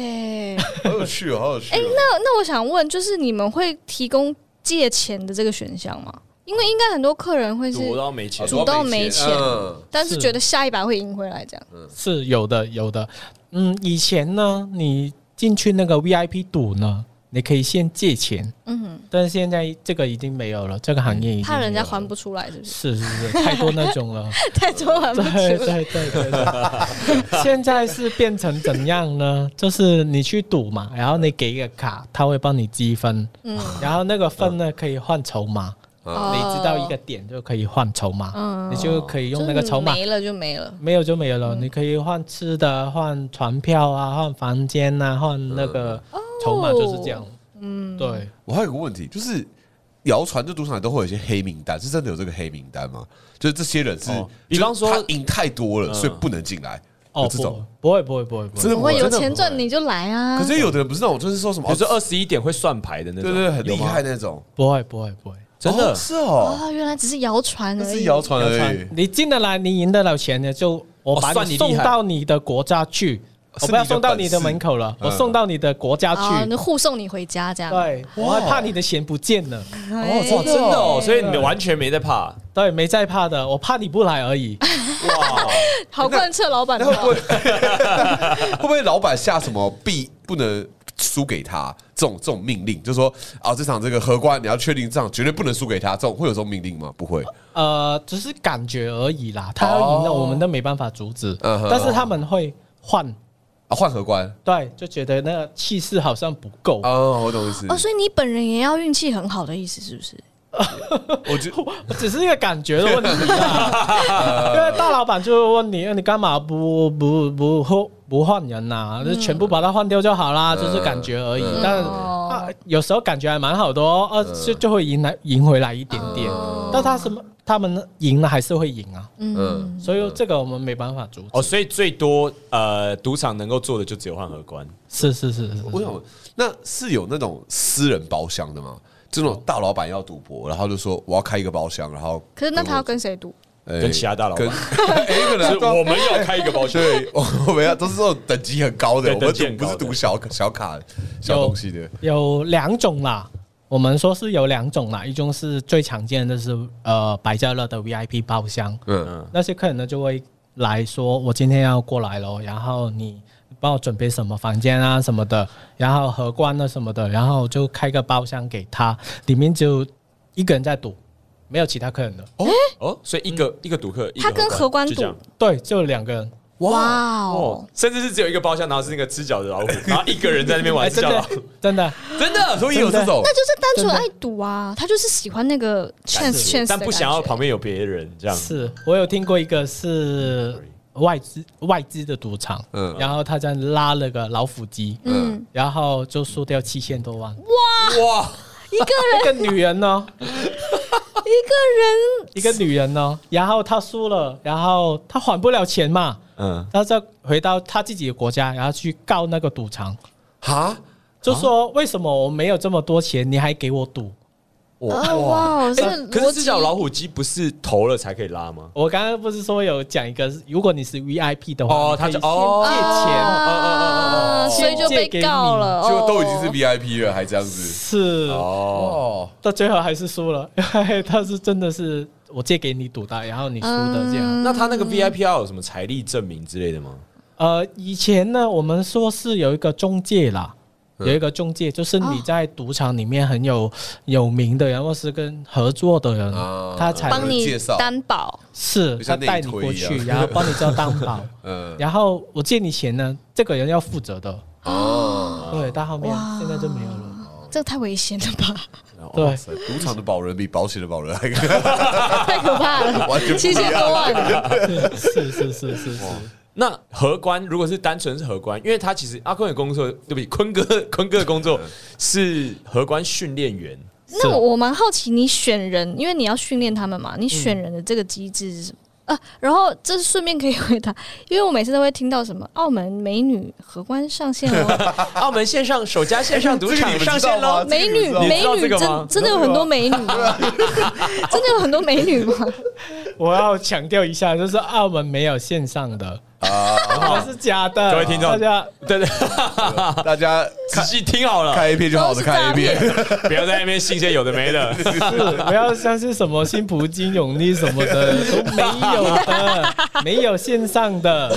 S3: [LAUGHS] 哎、
S4: 好有趣哦，好有趣哦。
S3: 那那我想问，就是你们会提供借钱的这个选项吗？因为应该很多客人会是，
S2: 我到没钱
S4: 啊，
S3: 主动没钱
S4: 嗯
S3: 但是
S1: 是
S3: 觉得下一把会赢回来这样。
S1: 是有的有的。嗯，以前呢，你进去那个 VIP 赌呢，你可以先借钱，
S3: 嗯，
S1: 但是现在这个已经没有了，这个行业已经
S3: 怕人家还
S1: 没有了。
S3: 不出来，是不
S1: 是
S3: 是？
S1: 是是，太多那种了。
S3: [LAUGHS] 太多 [LAUGHS] 还不
S1: 对
S3: 出来
S1: 对。对对对现在是变成怎样呢？就是你去赌嘛，然后你给一个卡，他会帮你积分，
S3: 嗯，
S1: 然后那个分呢可以换筹码，
S3: 哦
S1: 你知道一个点就可以换筹码，
S3: 嗯，
S1: 你就可以用那
S3: 就
S1: 个
S3: 是
S1: 筹码。
S3: 没嗯了就没了。
S1: 没有就没有了，你可以换吃的、换船票啊、换房间啊、换那个
S3: 嗯哦
S1: 筹码，就是这样。嗯，对，
S4: 我还有个问题，就是谣传就赌场里都会有一些黑名单，是真的有这个黑名单吗？就是这些人是
S2: 哦，比方说
S4: 就是他赢太多了，所以不能进来。
S1: 哦，
S4: 有这种
S1: 不会不会不会不会，
S4: 真的
S3: 我会有钱
S4: 真
S3: 赚
S4: 的
S3: 你就来啊。
S4: 可是有的人不是那种，就是说什么，
S2: 比如说
S4: 哦
S2: 二十一点会算牌的那
S4: 对
S2: 种，
S4: 对对，很
S2: 有
S4: 厉
S2: 吗
S4: 害，那种，
S1: 不会不会不会。
S2: 真的
S4: 哦是哦，
S3: 哦，原来只是谣传
S4: 那
S3: 而
S4: 是
S3: 已。
S4: 谣传而
S1: 有
S4: 已
S1: 传，你进得来，你赢得了钱呢，就我
S2: 哦
S1: 把
S2: 算你
S1: 你
S2: 厉
S1: 送
S2: 害
S1: 到你的国家去，
S4: 哦是
S1: 我不要
S4: 你的
S1: 送到
S4: 本
S1: 你的
S4: 事
S1: 门口了，我
S4: 嗯
S1: 送到你的国家
S3: 啊，
S1: 去
S3: 那。护送你回家这样。
S1: 对，我还怕你的钱不见了。
S3: 哎，
S2: 哇，真的哦，所以你们完全没在怕，
S1: 对，没在怕的，我怕你不来而已。
S3: 好贯彻老板的
S4: 那会不 [LAUGHS]
S3: 话。
S4: 会会不会老板下什么必不能输给他这种这种命令？就说啊，这场这个荷官你要确定这场绝对不能输给他，这种会有这种命令吗？不会，
S1: 呃，只是感觉而已啦。他要赢了，
S4: 哦
S1: 我们都没办法阻止。
S4: 嗯哼
S1: 但是他们会换，
S4: 啊，换荷官
S1: 对，就觉得那个气势好像不够。
S4: 哦，我懂意思
S3: 哦，。所以你本人也要运气很好的意思是不是？
S4: 我觉得
S1: 只是一个感觉的问题啦，因为大老板就会问你，哎你干嘛不不不不不换人呐、就全部把它换掉就好啦，就是感觉而已。但啊，有时候感觉还蛮好的哦，啊，就就会赢来赢回来一点点。但他什么，他们赢了还是会赢啊，
S4: 嗯，
S1: 所以这个我们没办法阻止。
S2: 哦，所以最多呃，赌场能够做的就只有换荷官，
S1: 是是是是，
S4: 我想问，那是有那种私人包厢的吗？这种大老板要赌博，然后就说我要开一个包厢，然后
S3: 可是那他要跟谁赌？
S4: 呃
S2: 跟其他大老板
S4: 跟 [LAUGHS] 哎，可
S3: 啊
S2: 就是
S4: 能
S2: 我们要开一个保险，
S4: 对，我我们要都是这种等级很高的，
S2: 对
S4: 我们
S2: 等级
S4: 赌
S2: 很
S4: 不
S2: 高
S4: 是
S2: 的
S4: 赌小小卡小东西的。
S1: 有两种啦。我们说是有两种啦，一种是最常见的就是呃百家乐的 VIP 包厢，
S4: 嗯，
S1: 那些客人呢就会来说，我今天要过来咯，然后你帮我准备什么房间啊什么的，然后荷官啊什么的，然后就开个包厢给他，里面就一个人在赌，没有其他客人的，
S4: 哦
S2: 哦，所以一个一个赌客，一个
S3: 他嗯跟荷官
S2: 就这样
S3: 赌。
S1: 对，就两个人，
S3: 哇
S2: 哦
S3: 哦，，
S2: 甚至是只有一个包厢，然后是那个吃脚的老
S3: [LAUGHS]
S2: 虎，然后一个人在那边
S1: 哎
S2: 玩吃
S1: 真
S2: 脚老
S1: 的
S2: 虎，
S1: 真的，
S2: 真的，所
S4: 所以有这种
S3: 那就是单
S1: 真
S3: 纯
S1: 的
S3: 爱赌啊，他就是喜欢那个 chance chance，
S2: 但不想要旁
S3: 边。
S2: 边有别人这样。
S1: 是我有听过一个是外资外资的赌场，
S4: 嗯
S1: 然后他这样拉了个老虎机，
S4: 嗯
S1: 然后就输掉七千多万，
S2: 哇，
S3: 一个
S1: 一个女人呢。
S3: 一个人
S1: 一个女人呢，然后她输了，然后她还不了钱嘛，
S3: 啊
S2: 嗯，
S1: 她再回到她自己的国家，然后去告那个赌场，
S4: 哈，
S1: 就说为什么我没有这么多钱，你还给我赌？
S3: 哦哇，这
S2: 可是
S3: 逻
S2: 四
S3: 辑
S2: 脚老虎机不是投了才可以拉吗？
S1: 我刚刚不是说有讲一个，如果你是 VIP 的话，
S2: 哦
S1: 你可以
S2: 他就哦
S1: 先借钱
S2: 哦哦哦
S3: 啊，所以就被告了，
S4: 就都已经是
S3: 哦
S4: VIP 了，还这样子
S1: 是，
S2: 哦，
S4: 哦。
S1: 到最后还是输了， [LAUGHS] 因为他是真的是我借给你赌的，然后你输的这样。
S2: 那他那个 VIP 要有什么财力证明之类的吗？
S1: 呃，以前呢，我们说是有一个中介啦。
S4: 嗯
S1: 有一个中介，就是你在赌场里面很有有名的人，或是跟合作的人
S4: 啊，
S1: 他才
S3: 帮
S4: 介
S3: 你
S4: 绍
S3: 担保，
S1: 是
S4: 就
S1: 他
S4: 像
S1: 带
S4: 内
S1: 你
S4: 推
S1: 过
S4: 一样
S1: 去，然后帮你做担保。
S4: [LAUGHS] 嗯，
S1: 然后我借你钱呢，这个人要负责的。
S4: 哦，
S1: 对，到后面
S3: 哇
S1: 现在就没有
S4: [LAUGHS]
S1: 了。
S3: 这个太危险了吧，
S1: 对，
S4: 赌场的保人比保险的保人还 [LAUGHS]
S3: 太可怕
S4: 完全
S3: 了，
S4: 不
S3: 千
S4: 一
S3: 千
S4: 样
S3: 多万了，
S1: 是是是是是，
S2: 那荷官如果是单纯是荷官，因为他其实阿坤的工作，对不起，坤哥坤哥的工
S4: 嗯
S2: 作是荷官训练员。
S1: 是
S3: 那我我蛮好奇，你选人，因为你要训练他们嘛，你选人的这个机制是什么？啊，然后这是顺便可以回答，因为我每次都会听到什么澳门美女荷官上线哦，
S2: 澳门线上首家线上赌
S4: 这个你
S2: 场
S4: 们知
S2: 上
S4: 道
S2: 线喽
S4: 吗！
S3: 美女
S2: 你
S3: 美
S2: 知道
S3: 女
S2: 这个吗
S3: 真真的有很多美女吗， [LAUGHS] 真的有很多美女吗？
S1: 我要强调一下，就是澳门没有线上的 [LAUGHS] 啊，是假的。
S2: 各位听众
S1: 大家
S2: 对对，
S4: 大家
S2: 仔细听好了，
S4: 看 A 片就好
S3: 都
S4: 的
S3: 是
S4: 看
S3: 诈
S4: A 片，
S3: 骗，
S2: 不要在那边信些有的没的。
S1: 是不要相信什么新葡京永利什么的都没有的，没有线上的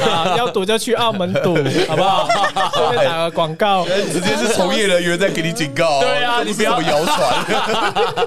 S1: 啊，要赌就去澳门赌，好不好？顺便打个广告。
S4: 直接是从业人员在给你警告。
S2: 对啊
S4: 这
S2: 你
S4: 不
S2: 不
S4: 是
S2: 要
S4: 我谣 [LAUGHS] 传，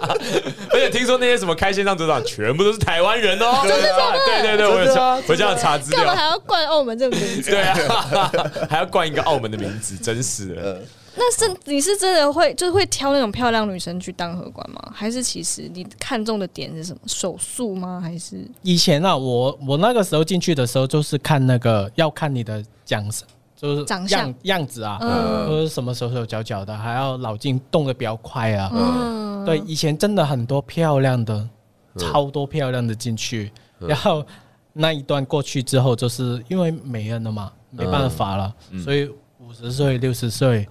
S2: 而且听说那些什么开线上赌场，全部都是台湾人哦。对对对对，我有
S4: 真的啊
S2: 查，我这样查资
S3: 干嘛
S2: 料
S3: 还。要冠澳门这个名字？
S2: 对啊， [LAUGHS] 还要冠一个澳门的名字，真是的。
S3: 那是你是真的会就是会挑那种漂亮女生去当荷官吗？还是其实你看中的点是什么？手速吗？还是
S1: 以前啊，我我那个时候进去的时候，就是看那个要看你的长相，就是
S3: 长相
S1: 样样子啊，
S3: 嗯
S1: 就是什么手手脚脚的，还要脑筋动得比较快啊。
S3: 嗯，
S1: 对，以前真的很多漂亮的，
S4: 嗯
S1: 超多漂亮的进去，然后那一段过去之后，就是因为没人了嘛，
S4: 嗯
S1: 没办法了，所以五十岁、六十岁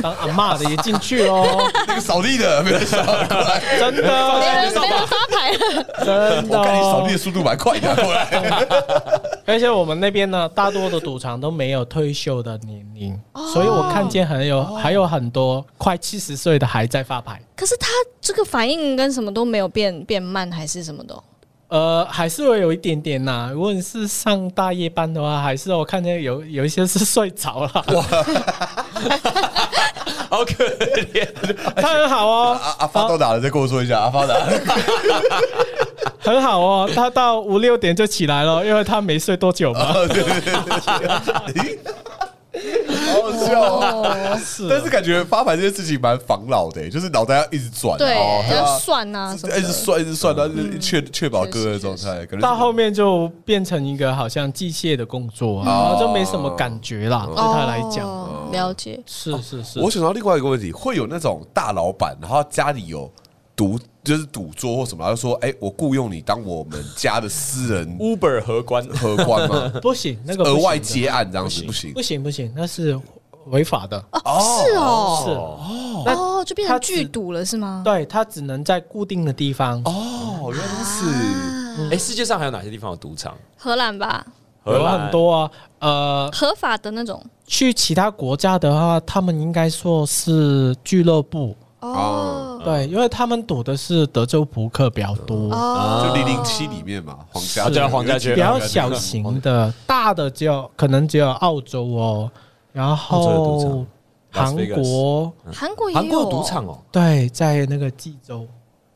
S1: 当阿嬷的也进去
S4: [LAUGHS]
S1: 哦，
S4: 那个扫地的没有扫，
S1: 真的，
S3: 没
S4: [LAUGHS]
S3: 人没人发牌了，
S1: 真的
S4: 我看你扫
S1: 哦。
S4: 地的速度蛮快的，过来。
S1: 而且我们那边呢，大多的赌场都没有退休的年龄，所以我看见很有还有很多快七十岁的还在发牌。
S3: [LAUGHS] 可是他这个反应跟什么都没有变变慢，还是什么的哦？
S1: 呃，还是会有一点点呐、如果你是上大夜班的话，还是我看见有有一些是睡着了。
S2: 好可怜，
S1: 他很好哦
S4: 阿，阿发到哪了？再跟我说一下，阿发达。 [LAUGHS]
S1: 很好哦。他到五六点就起来了，因为他没睡多久嘛。
S4: 对对对对对，好好笑 [LAUGHS] 哦。
S3: 哦，
S1: 是啊
S4: 但是感觉发牌这件事情蛮防老的、欸就是脑袋要一直转、啊，
S3: 对
S4: 哦，对
S3: 要
S4: 吧
S3: 算啊什么
S4: 一直
S3: 的。嗯
S4: 算一直算，然后就是确确保各个状态，可能
S1: 到后面就变成一个好像机械的工作、
S4: 哦
S1: 啊，然后就没什么感觉啦。对他来讲，
S3: 哦，了解。
S1: 是是是，
S4: 我想到另外一个问题，会有那种大老板，然后家里有赌，就是赌桌或什么，他就说：“哎、我雇佣你当我们家的私人
S2: Uber 荷官
S4: 荷官吗？
S1: 不行，嗯 [LAUGHS] 那个不
S4: 额
S1: 行
S4: 外
S1: 的
S4: 接案这样子不行
S1: 不行不行，那是违法的。
S3: 是哦，
S1: 是，那
S3: 哦，就变
S1: 他
S3: 成
S1: 只
S3: 剧毒了是吗？
S1: 对他只能在固定的地方。
S4: 哦，原来如此。
S3: 啊，
S2: 哎，世界上还有哪些地方有赌场？
S3: 荷兰吧，
S2: 荷
S1: 有
S2: 兰
S1: 很多啊，呃，
S3: 合法的那种。
S1: 去其他国家的话，他们应该说是俱乐部，
S4: 哦
S3: 哦
S1: 对，因为他们赌的是德州扑克比较多，
S3: 哦，
S4: 就零零七里面嘛，皇家
S2: 啊对啊皇家
S1: 比
S2: 圈
S1: 较小型
S3: 哦
S1: 的，大的只有可能只有澳洲哦，然
S2: 澳洲的
S1: 后
S2: 赌场
S1: 韩
S2: Las Vegas
S1: 国
S3: 韩国也有
S2: 韩国有赌场哦，
S1: 对，在那个济州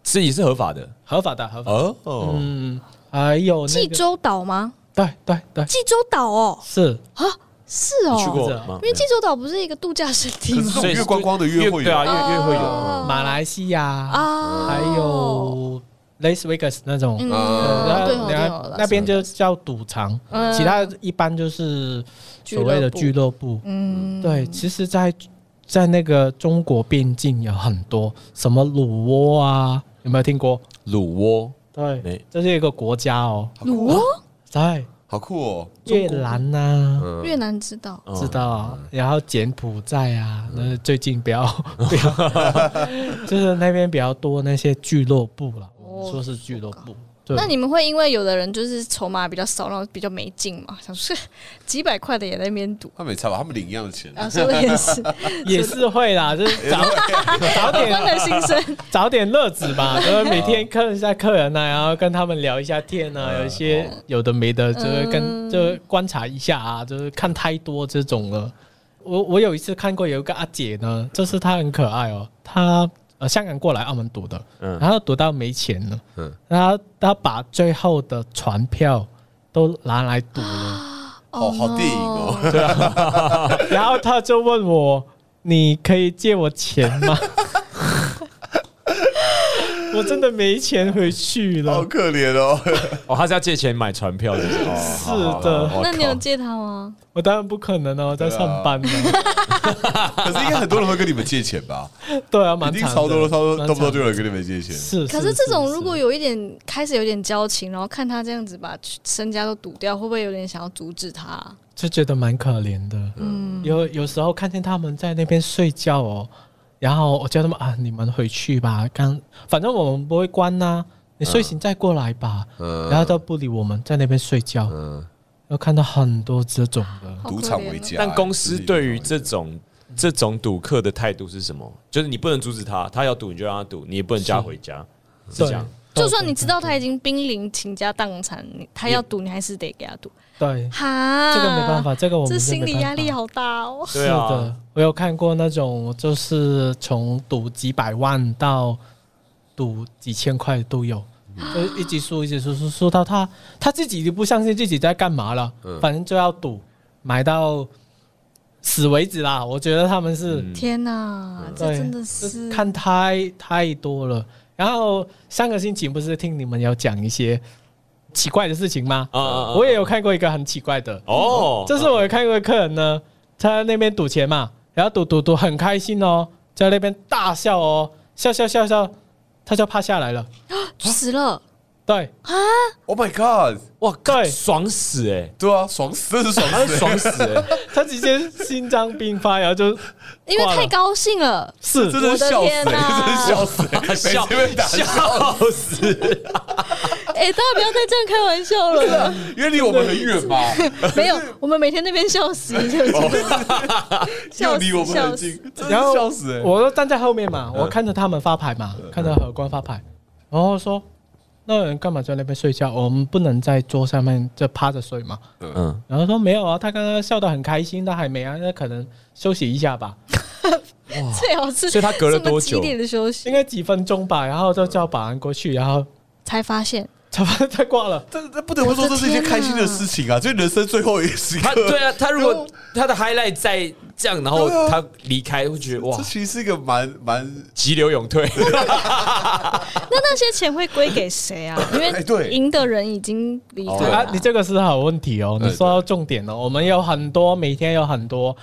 S2: 自己是合法的
S1: 合法的合法的，
S2: 哦。
S1: 嗯，还有
S3: 济
S1: 那个
S3: 州岛吗？
S1: 对对对，
S3: 济州岛哦，
S1: 是
S3: 是
S2: 你
S3: 哦，
S2: 去过
S1: 是啊
S2: 吗？
S3: 因为济州岛不是一个度假胜地
S4: 可
S3: 吗
S4: 是？这种越观光的越会有
S2: 对啊，越越会有。
S3: 哦
S1: 马来西亚，
S3: 啊，
S1: 还有 Las Vegas 那种，
S3: 嗯，
S2: 啊
S1: 呃
S3: 对
S1: 那
S3: 哦，对
S1: 那
S3: 哦，
S1: 那边就叫赌场，
S3: 嗯
S1: 其他一般就是所谓的俱乐部。
S3: 嗯，
S1: 对，其实在，在那个中国边境有很多什么鲁窝啊，有没有听过？
S2: 卤窝
S1: 对
S2: 没，啊
S1: 这是一个国家哦。
S3: 鲁哦，
S1: 对，
S4: 好酷哦！
S1: 越南呐、
S2: 嗯
S3: 越南知道，
S1: 知道啊，然后柬埔寨啊，那最近比较比较，就是那边比较多那些俱乐部了，我们说是俱乐部。对
S3: 哦
S2: 嗯
S3: 那你们会因为有的人就是筹码比较少，然后比较没劲嘛？想说 [LAUGHS] 几百块的也在那边赌，
S4: 他们也差吧，他们领一样的钱，
S3: 啊，说
S2: [LAUGHS]
S3: 的也是，
S1: 也是会啦，就是早早
S3: 官
S1: 点
S3: 的心声。
S1: 找点乐子吧，就是每天看一下客人啊，然后跟他们聊一下天啊，有一些有的没的，就是跟就是观察一下啊，就是看太多这种了。我我有一次看过有一个阿姐呢，就是她很可爱哦，她呃香港过来澳门赌的，
S2: 嗯
S1: 然后赌到没钱了，
S4: 嗯
S1: 然后她把最后的船票都拿来赌了。
S4: 哦，好电影哦，
S1: [LAUGHS] 然后他就问我：“你可以借我钱吗？” [LAUGHS] 我真的没钱回去
S4: 好
S1: 了。
S4: 可怜哦。 [LAUGHS]
S2: 哦，他是要借钱买船票，就是
S1: 是
S2: 哦
S1: 的，
S4: 我
S3: 那你有
S4: 靠
S3: 借他吗？
S1: 我当然不可能哦，我在上班呢。
S4: 啊可是应该很多人会跟你们借钱吧？
S1: [LAUGHS] 对啊，蛮
S4: 一定
S1: 长的
S4: 超多的，超多，
S1: 蛮
S4: 动不动
S1: 长
S4: 就有人跟你们借钱。
S1: 是。
S3: 可是这种如果有一点开始有点交情，然后看他这样子把身家都赌掉，会不会有点想要阻止他？
S1: 就觉得蛮可怜的。嗯，有有时候看见他们在那边睡觉哦，然后我叫他们啊，你们回去吧，刚反正我们不会关呐、你睡醒再过来吧。
S4: 嗯
S1: 然后都不理我们，在那边睡觉。
S4: 嗯，
S1: 我看到很多这种的，
S3: 好可
S4: 赌场
S3: 怜
S4: 为
S3: 哦
S4: 家，
S2: 但公司对于这种这种赌客的态度是什么？就是你不能阻止他，他要赌你就让他赌，你也不能叫他回家，是这样。
S1: 对
S3: 就算你知道他已经濒临倾家荡产，你他要赌，你还是得给他赌。
S1: 对，
S3: 哈，
S1: 这个没办，法，这个我们
S3: 这
S1: 真
S3: 心
S1: 没
S3: 理
S1: 办
S3: 压力
S1: 法。
S3: 好大哦。
S1: 是
S2: 对啊
S1: 的，我有看过那种，就是从赌几百万到赌几千块都有，
S2: 嗯
S1: 就一直输，一直输，输输到他他自己就不相信自己在干嘛了，
S2: 嗯
S1: 反正就要赌，买到死为止啦。我觉得他们是，
S2: 嗯
S3: 天哪，这
S1: 对
S3: 真的
S1: 就是看太太多了。然后上个星期不是听你们有讲一些奇怪的事情吗？
S2: 啊啊啊
S1: 我也有看过一个很奇怪的，
S2: 哦，
S1: 这是我有看过的客人呢，他在那边赌钱嘛，然后赌赌赌很开心哦，在那边大笑哦，笑笑笑笑，他就趴下来了。啊
S3: 死了。
S1: 对
S4: ，Oh my God，
S2: 哇，
S1: 对，
S2: 爽死哎，
S4: 对啊，爽死，真是
S2: 他
S4: 爽
S2: 是
S4: 死，
S2: 爽死哎。
S1: [LAUGHS] 他直接心脏病发， [LAUGHS] 然后就
S3: 因为
S1: 挂了
S3: 太高兴了，
S1: 是
S4: 真的是笑死，
S3: 我的天哪
S4: 真是笑死，每
S2: [LAUGHS]
S4: 次
S2: 笑
S4: 被打笑。
S2: 笑死！
S3: 哎、大家不要再这样开玩笑
S1: [LAUGHS]
S3: 了。
S1: 啊
S4: 因为离我们很远嘛，
S3: 没有，我们每天那边笑死，笑死，
S4: 又
S3: 笑
S4: [LAUGHS] 离我
S3: 死，
S4: 们很
S3: 笑
S4: 近
S3: 死。，
S4: 真的是
S1: 然后
S4: 笑死欸！嗯
S1: 我就站在后面嘛，我看着他们发牌嘛，看着荷官发牌，然后说那人干嘛在那边睡觉？我们不能在桌上面就趴着睡嘛。
S2: 嗯，
S1: 然后说没有啊，他刚刚笑得很开心，他还没啊，那可能休息一下吧。
S3: 最好是
S2: 所以他隔了
S3: 这么
S2: 多久
S3: 激烈的休
S1: 应
S3: 息
S1: 该几分钟吧，然后就叫保安过去，然后
S3: 才发现，
S1: 他把他挂了。
S4: 这这不得不说，这是一件开心的事情啊！这人生最后一时
S2: 他
S4: 刻，
S2: 对啊，他如
S4: 然
S2: 果
S4: 后
S2: 他的 highlight 在这样，然后
S4: 对啊
S2: 他离开，会觉得哇
S4: 这，其实是一个蛮蛮
S2: 急流勇退。
S3: 那那些钱会归给谁
S4: [LAUGHS]
S3: 啊？因
S4: 哎
S3: 为
S4: 对哦
S3: 赢的人已经离开了、
S1: 啊，你这个是好问题哦，
S4: 对
S1: 你说到重点了。我们有很多每天有很多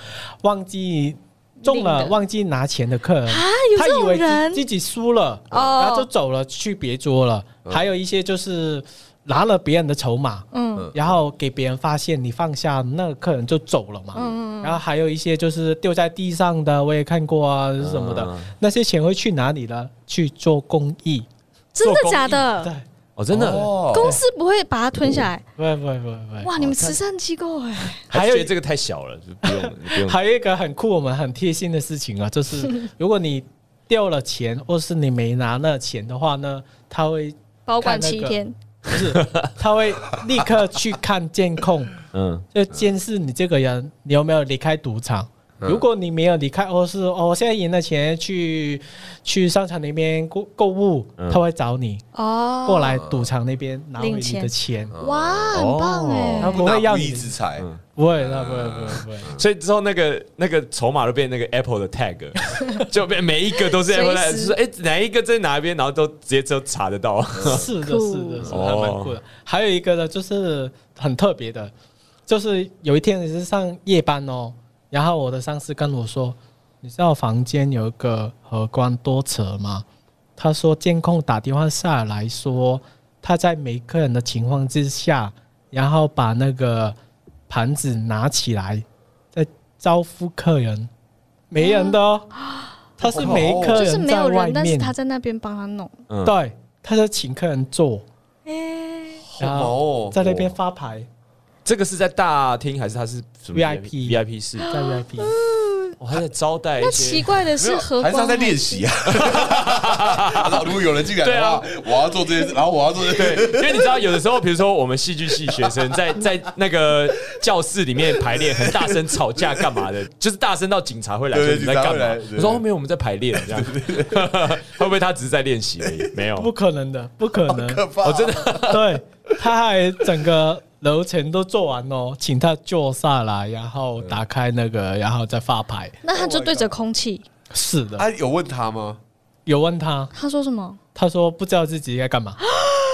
S1: 忘记中
S3: 领
S1: 了
S3: 的啊
S1: 忘记拿钱的客人，
S3: 有
S1: 他
S3: 这
S1: 以
S3: 种
S1: 为
S3: 人
S1: 自自己输了，
S3: 哦
S1: 然后就走了，去别桌了。还有一些就是拿了别人的筹码，
S3: 嗯，
S1: 然后给别人发现你放下，那个客人就走了
S3: 嗯
S1: 嘛。然后还有一些就是丢在地上的，我也看过啊，什么的。那些钱会去哪里呢？去做公益。
S3: 真
S2: 做
S3: 的
S2: 公益
S3: 假的？
S1: 对，
S2: 哦，真的，
S4: 哦哎
S3: 公司不会把它吞下来？
S1: 不会不会不会不会。哦
S3: 哇，你们慈善机构哎、
S2: 还
S1: 还
S2: 是
S1: 有
S2: 觉得这个太小了，就不用不
S1: [LAUGHS]
S2: 用。
S1: 还有一个很酷，我们很贴心的事情啊，就是如果你掉了钱，或是你没拿那钱的话呢，他会
S3: 保
S1: 看
S3: 管
S1: 那
S3: 七
S1: 个
S3: 天，
S1: 不是他会立刻去看监控，
S2: 嗯，
S1: 就监视你这个人你有没有离开赌场。如果你没有离开，或是哦，我现在赢了钱去去商场那边购购物，
S2: 嗯
S1: 他会找你
S3: 哦，
S1: 过来赌场那边拿回
S3: 领
S1: 你
S3: 钱
S1: 的钱。
S3: 哦哇，很
S1: 哦
S3: 棒哎、
S1: 他不
S4: 那
S1: 会要
S4: 不
S1: 你
S4: 义，之财，
S1: 不会，那不会，不会，不会。
S2: 所以之后那个那个筹码都变那个 Apple 的 tag，就 [LAUGHS] 变每一个都是 Apple
S3: 随
S2: tag，
S3: 时
S2: 就是哎、哪一个在哪一边，然后都直接就查得到。 [LAUGHS]
S1: [LAUGHS] 是的，
S3: 酷
S1: 是的，是的，
S2: 哦
S1: 还蛮酷的。还有一个呢，就是很特别的，就是有一天也是上夜班哦，然后我的上司跟我说：“你知道房间有一个荷官多扯吗？”他说监控打电话下来说，他在没客人的情况之下，然后把那个盘子拿起来，再招呼客人，没人的哦，他是没客
S3: 就是没
S1: 在
S3: 有
S1: 外
S3: 人，但是
S1: 面，
S3: 他在那边帮他弄。
S2: 哦嗯
S1: 对，他就请客人坐，
S3: 哎
S4: 好
S1: 然
S4: 毛
S1: 后
S4: 哦，
S1: 在那边发牌，
S2: 这个是在大厅还是他是什么
S1: VIP
S2: VIP 室？
S1: 在 VIP，
S4: 哦
S2: 我还在招待一
S3: 那
S2: 些
S3: 奇。怪的
S4: 没
S3: 是
S4: 有
S3: 何
S4: 还是他
S3: 光
S4: 在练习啊？ [LAUGHS] 他说如果有人进来的话，我要做这件事，然后我要做这
S2: 对
S4: 件事。，
S2: 因为你知道，有的时候，比如说我们戏剧系学生
S3: [LAUGHS]
S2: 在在那个教室里面排练，很大声吵架干嘛的， [LAUGHS] 就是大声到警察会来说
S4: 对
S2: 你们在干
S4: 警察会来
S2: 嘛
S4: 对。
S2: 我说后哦面我们在排练，这
S4: [LAUGHS]
S2: 样 [LAUGHS] 会不会他只是在练习而已？没有，
S1: 不可能的，不可能，
S4: 可怕！我真的
S1: 对，他还整个流程都做完哦，请他坐下来，然后打开那个，然后再发牌。
S3: 那他就
S4: Oh
S3: 对着空气，
S1: 是的，
S4: 啊，有问他吗？
S1: 有问他，
S3: 他说什么？
S1: 他说不知道自己该干嘛。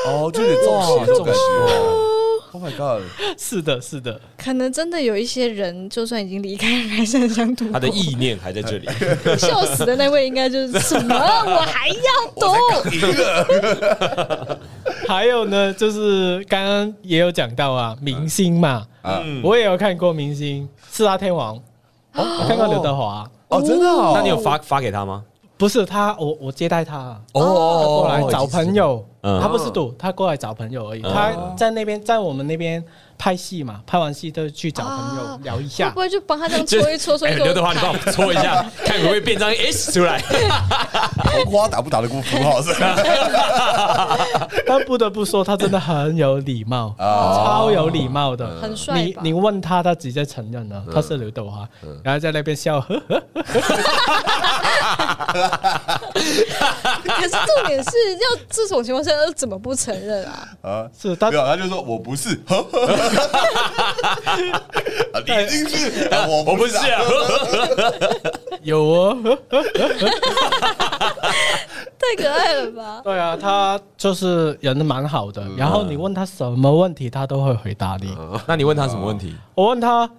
S4: 哦，就有点中邪这种感觉。
S2: 哦
S4: Oh my god！
S1: 是的，是的，
S3: 可能真的有一些人，就算已经离开了，还是很想赌博。
S2: 他的意念还在这
S4: [LAUGHS]
S2: 里。
S4: 哦
S3: 笑死的那位，应该就是什么？我还要
S4: 我才
S3: 赌？
S4: 刚赢了，
S1: 还有呢，就是刚刚也有讲到啊，明星嘛，
S4: 啊
S2: 嗯
S1: 我也有看过明星四大天王，我看过刘德华，
S4: 哦，真的哦。
S2: 那你有发发给他吗？
S1: 不是他，我我接待他，啊
S2: 哦
S1: 他过来找朋友，
S2: 嗯
S4: 哦
S1: 他不是赌，他过来找朋友而已。
S2: 嗯
S1: 他在那边，在我们那边拍戏嘛，拍完戏就去找朋友
S3: 啊
S1: 聊一
S3: 会
S1: 下
S3: 不。会就帮他这样
S2: 就
S3: 搓一搓搓
S2: 哎
S3: 一搓？
S2: 刘德华，你帮我搓一下， [LAUGHS] 看会不会变张 S 出 [LAUGHS] 来？
S4: 红花打不打得过符号是吧？
S1: 但不得不说，他真的很有礼貌，
S4: 啊嗯
S1: 超有礼貌的，
S3: 很帅
S1: 你
S3: 吧
S1: 你问他，他直接承认了，他是刘德华，
S4: 嗯
S1: 然后在那边笑，呵呵，
S3: 可是重点是要这种情况下呃要怎么不承认啊？
S4: 啊，
S1: 是他
S4: 没有，他就说我不是， [LAUGHS] 呵呵呵啊你一定是，啊我
S2: 我不是啊，
S1: 有哦，呵
S3: 太可爱了吧！
S1: 对啊，他就是人蛮好
S4: 嗯
S1: 的，然后你问他什么问题，他都会回答你。
S2: [LAUGHS] 那你问他什么问题？
S1: 我问他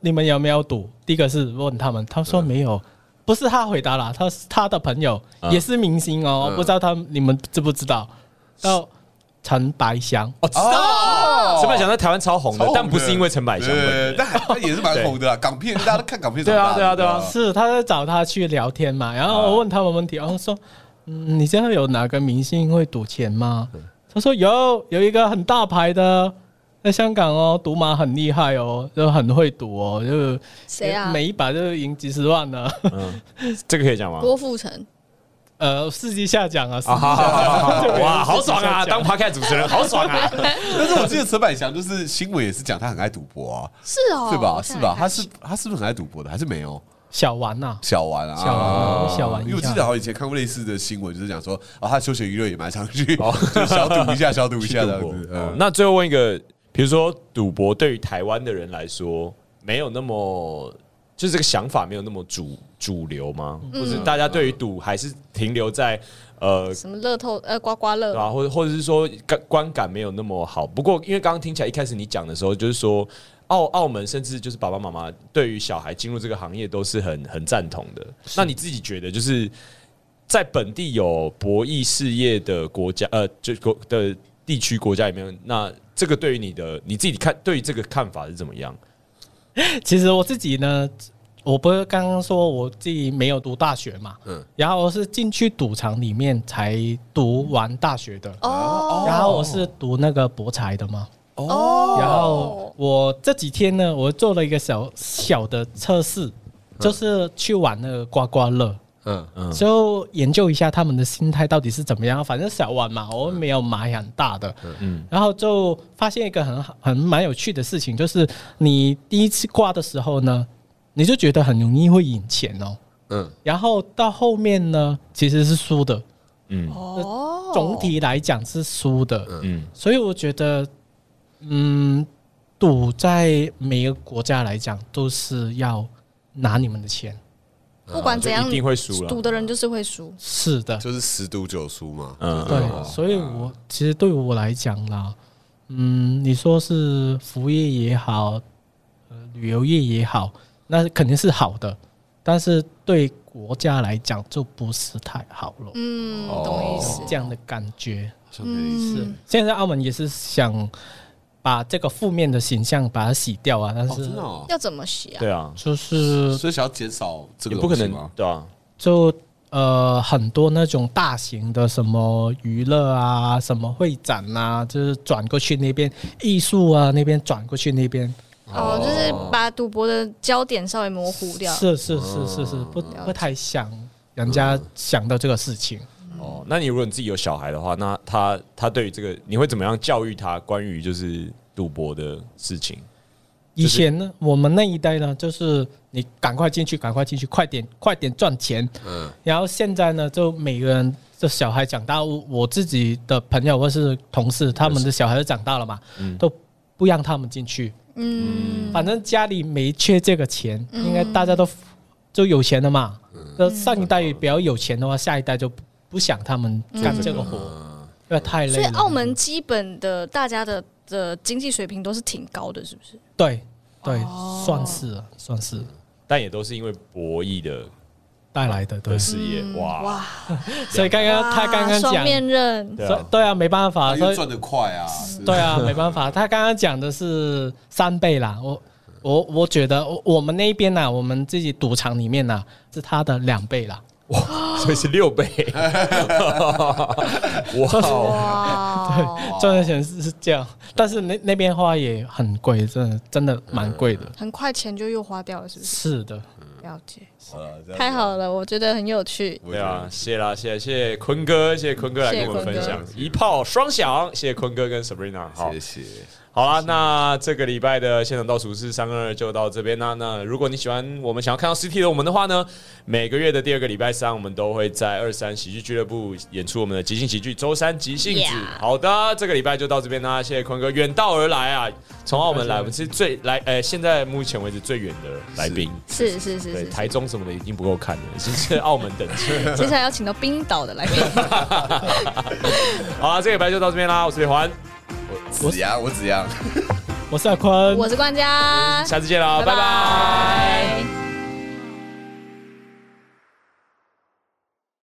S1: 你们有没有赌，第一个是问他们，他说没有，不是他回答啦，他是他的朋友
S2: 嗯
S1: 也是明星
S2: 啊
S1: 哦，不知道他们你们知不知道？到陈百祥，
S2: 哦，知道，陈百祥在台湾哦超红
S4: 超
S2: 的
S4: 红，的
S2: 但不是因啊为陈百祥本人。
S4: 啊对，但但也是蛮红的啦，港片大家都看港片长
S2: 对啊
S4: 大的，
S2: 对啊对啊
S1: 是他在找他去聊天嘛，然后我问他们问题，然后说，嗯，你知道有哪个明星会赌钱吗？他说有，有一个很大牌的。在香港哦，赌马很厉害哦，就很会赌哦，就
S3: 谁啊？
S1: 每一把就赢几十万呢。 [LAUGHS]
S2: 嗯，这个可以讲吗？
S3: 郭富城。
S1: 呃，私底下讲啊，私
S2: 啊，
S1: 底
S2: 好好
S1: 下
S2: 好好好
S1: 这个
S2: 哇， [LAUGHS]
S1: 人
S2: 好爽啊！
S1: 私底下
S2: 当 p 开主持人好爽 [LAUGHS] 啊！
S4: 但是我记得陈百祥就是新闻也是讲他很爱赌博啊，
S3: 是哦，
S4: 对吧？
S3: 我
S4: 是
S3: 现在
S4: 吧？
S3: 看
S4: 他是他是不是很爱赌博的？还是没有？
S1: 小玩呐、
S4: 小玩啊，
S1: 小玩
S4: 啊
S2: 哦
S1: 小玩一下
S4: 因为我记得好像以前看过类似的新闻，就是讲说啊，他休闲娱乐也蛮常去， [LAUGHS] 就小赌
S2: [LAUGHS]
S4: 一下，小赌一下这样子。
S2: 哦
S4: 嗯，
S2: 那最后问一个，比如说赌博对于台湾的人来说，没有那么就是这个想法没有那么主主流吗？
S3: 嗯
S2: 或者大家对于赌还是停留在呃
S3: 什么乐透呃刮刮乐
S2: 对啊，或者或者是说感观感没有那么好。不过因为刚刚听起来一开始你讲的时候，就是说澳澳门甚至就是爸爸妈妈对于小孩进入这个行业都是很很赞同的。那你自己觉得就是在本地有博弈事业的国家呃，就国的地区国家里面，那这个对于你的你自己看对于这个看法是怎么样？
S1: 其实我自己呢，我不是刚刚说我自己没有读大学嘛，
S4: 嗯
S1: 然后我是进去赌场里面才读完大学的，
S3: 哦
S1: 然后我是读那个博才的嘛。
S3: 哦
S1: 然后我这几天呢，我做了一个小小的测试，就是去玩那个刮刮乐，
S4: 嗯
S2: 嗯，
S1: 就研究一下他们的心态到底是怎么样。反正小玩嘛，我没有买很大的，
S2: 嗯
S1: 然后就发现一个很好、很蛮有趣的事情，就是你第一次挂的时候呢，你就觉得很容易会赢钱哦，
S4: 嗯，
S1: 然后到后面呢，其实是输的，
S2: 嗯
S3: 哦
S1: 总体来讲是输的，
S2: 嗯，
S1: 所以我觉得，嗯，赌在每个国家来讲都是要拿你们的钱，
S3: 不管怎样
S2: 就一定会输
S3: 赌
S2: 了。
S3: 的人就是会输，
S1: 是的，
S4: 就是十赌九输嘛。
S2: 嗯
S4: 啊
S1: 对，所以我其实对我来讲啦，嗯，你说是服务业也好，呃，旅游业也好，那肯定是好的，但是对国家来讲就不是太好了，
S3: 嗯，
S4: 哦
S3: 懂意思
S4: 嗯
S1: 是。这样的感觉。
S4: 好像可以
S1: 现在澳门也是想把这个负面的形象把它洗掉啊，但
S4: 哦，
S1: 是
S4: 真的哦，
S3: 要怎么洗啊？
S2: 对啊，
S1: 就是
S4: 所以想要减少这
S2: 也
S4: 个
S2: 不可
S4: 东西
S2: 能
S4: 吗？
S2: 对啊，
S1: 就呃很多那种大型的什么娱乐啊、什么会展啊，就是转过去那边艺术啊那边转过去那边，
S3: 哦，就是把赌博的焦点稍微模糊掉。
S1: 是是是是是，不不太想人家想到这个事情。
S2: 哦，那你如果你自己有小孩的话，那他他对于这个，你会怎么样教育他关于就是赌博的事情？
S1: 以前呢，我们那一代呢，就是你赶快进去，赶快进去，快点快点赚钱。
S4: 嗯，
S1: 然后现在呢，就每个人的小孩长大，我我自己的朋友或是同事，他们的小孩都长大了嘛，都不让他们进去。
S3: 嗯，
S1: 反正家里没缺这个钱，应该大家都就有钱了嘛。那上一代比较有钱的话，下一代就不不想他们干这个活，因为太
S3: 所
S1: 累
S3: 以
S1: 了。
S3: 澳门基本的大家的的经济水平都是挺高的，是不是？
S1: 对对
S3: 哦，
S1: 算是了算是
S2: 但也都是因为博弈的
S1: 带来的对
S2: 的。事业，哇
S3: 嗯哇，
S1: 所以刚刚他刚刚
S3: 哇双
S1: 讲，
S3: 面刃，
S2: 对
S1: 所以
S2: 啊，
S1: 对啊，没办法，
S4: 因
S1: 所
S4: 为
S1: 以
S4: 赚的快啊，是
S1: 对啊，没办法，他刚刚讲的是三倍啦，我。我我觉得我我们那边呢、我们自己赌场里面呢、是他的两倍啦，
S2: 所以是六
S3: [LAUGHS]
S2: 倍，哇哦，
S3: 哇，
S1: 赚的钱是是这样，但是那那边花也很贵，真的真的蛮贵的。
S3: 很快钱就又花掉了，是不是？
S1: 是的，
S3: 了解，
S4: 呃这样
S3: 太好了，我觉得很有趣。
S4: 我
S2: 对
S4: 觉
S2: 啊，
S4: 得
S2: 谢啦，谢谢谢坤哥，谢谢坤哥来跟我们
S3: 谢谢坤
S2: 分
S3: 哥
S2: 享一炮双响，谢谢坤哥跟 Sabrina，好，
S4: 谢谢。
S2: 好啦，那这个礼拜的现场倒数是三二二就到这边啦。那如果你喜欢我们想要看到实体的我们的话呢，每个月的第二个礼拜三，我们都会在二三喜剧俱乐部演出我们的即兴喜剧周三即兴子。
S3: Yeah
S2: 好的，这个礼拜就到这边啦，谢谢坤哥远道而来啊，从澳门来，我们是最来呃，现在目前为止最远的来宾。
S3: 是是是
S2: 对，
S3: 是，
S2: 台中什么的已经不够看了，已经是澳门等
S3: [LAUGHS]
S2: 级。
S3: 是接下来要请到冰岛的
S2: [LAUGHS]
S3: 来宾，
S2: 好啦，这个礼拜就到这边啦，我是李环，
S4: 我子阳，我子阳。
S1: 我是阿坤，
S3: 我是冠佳，
S2: 下次见啦，拜拜。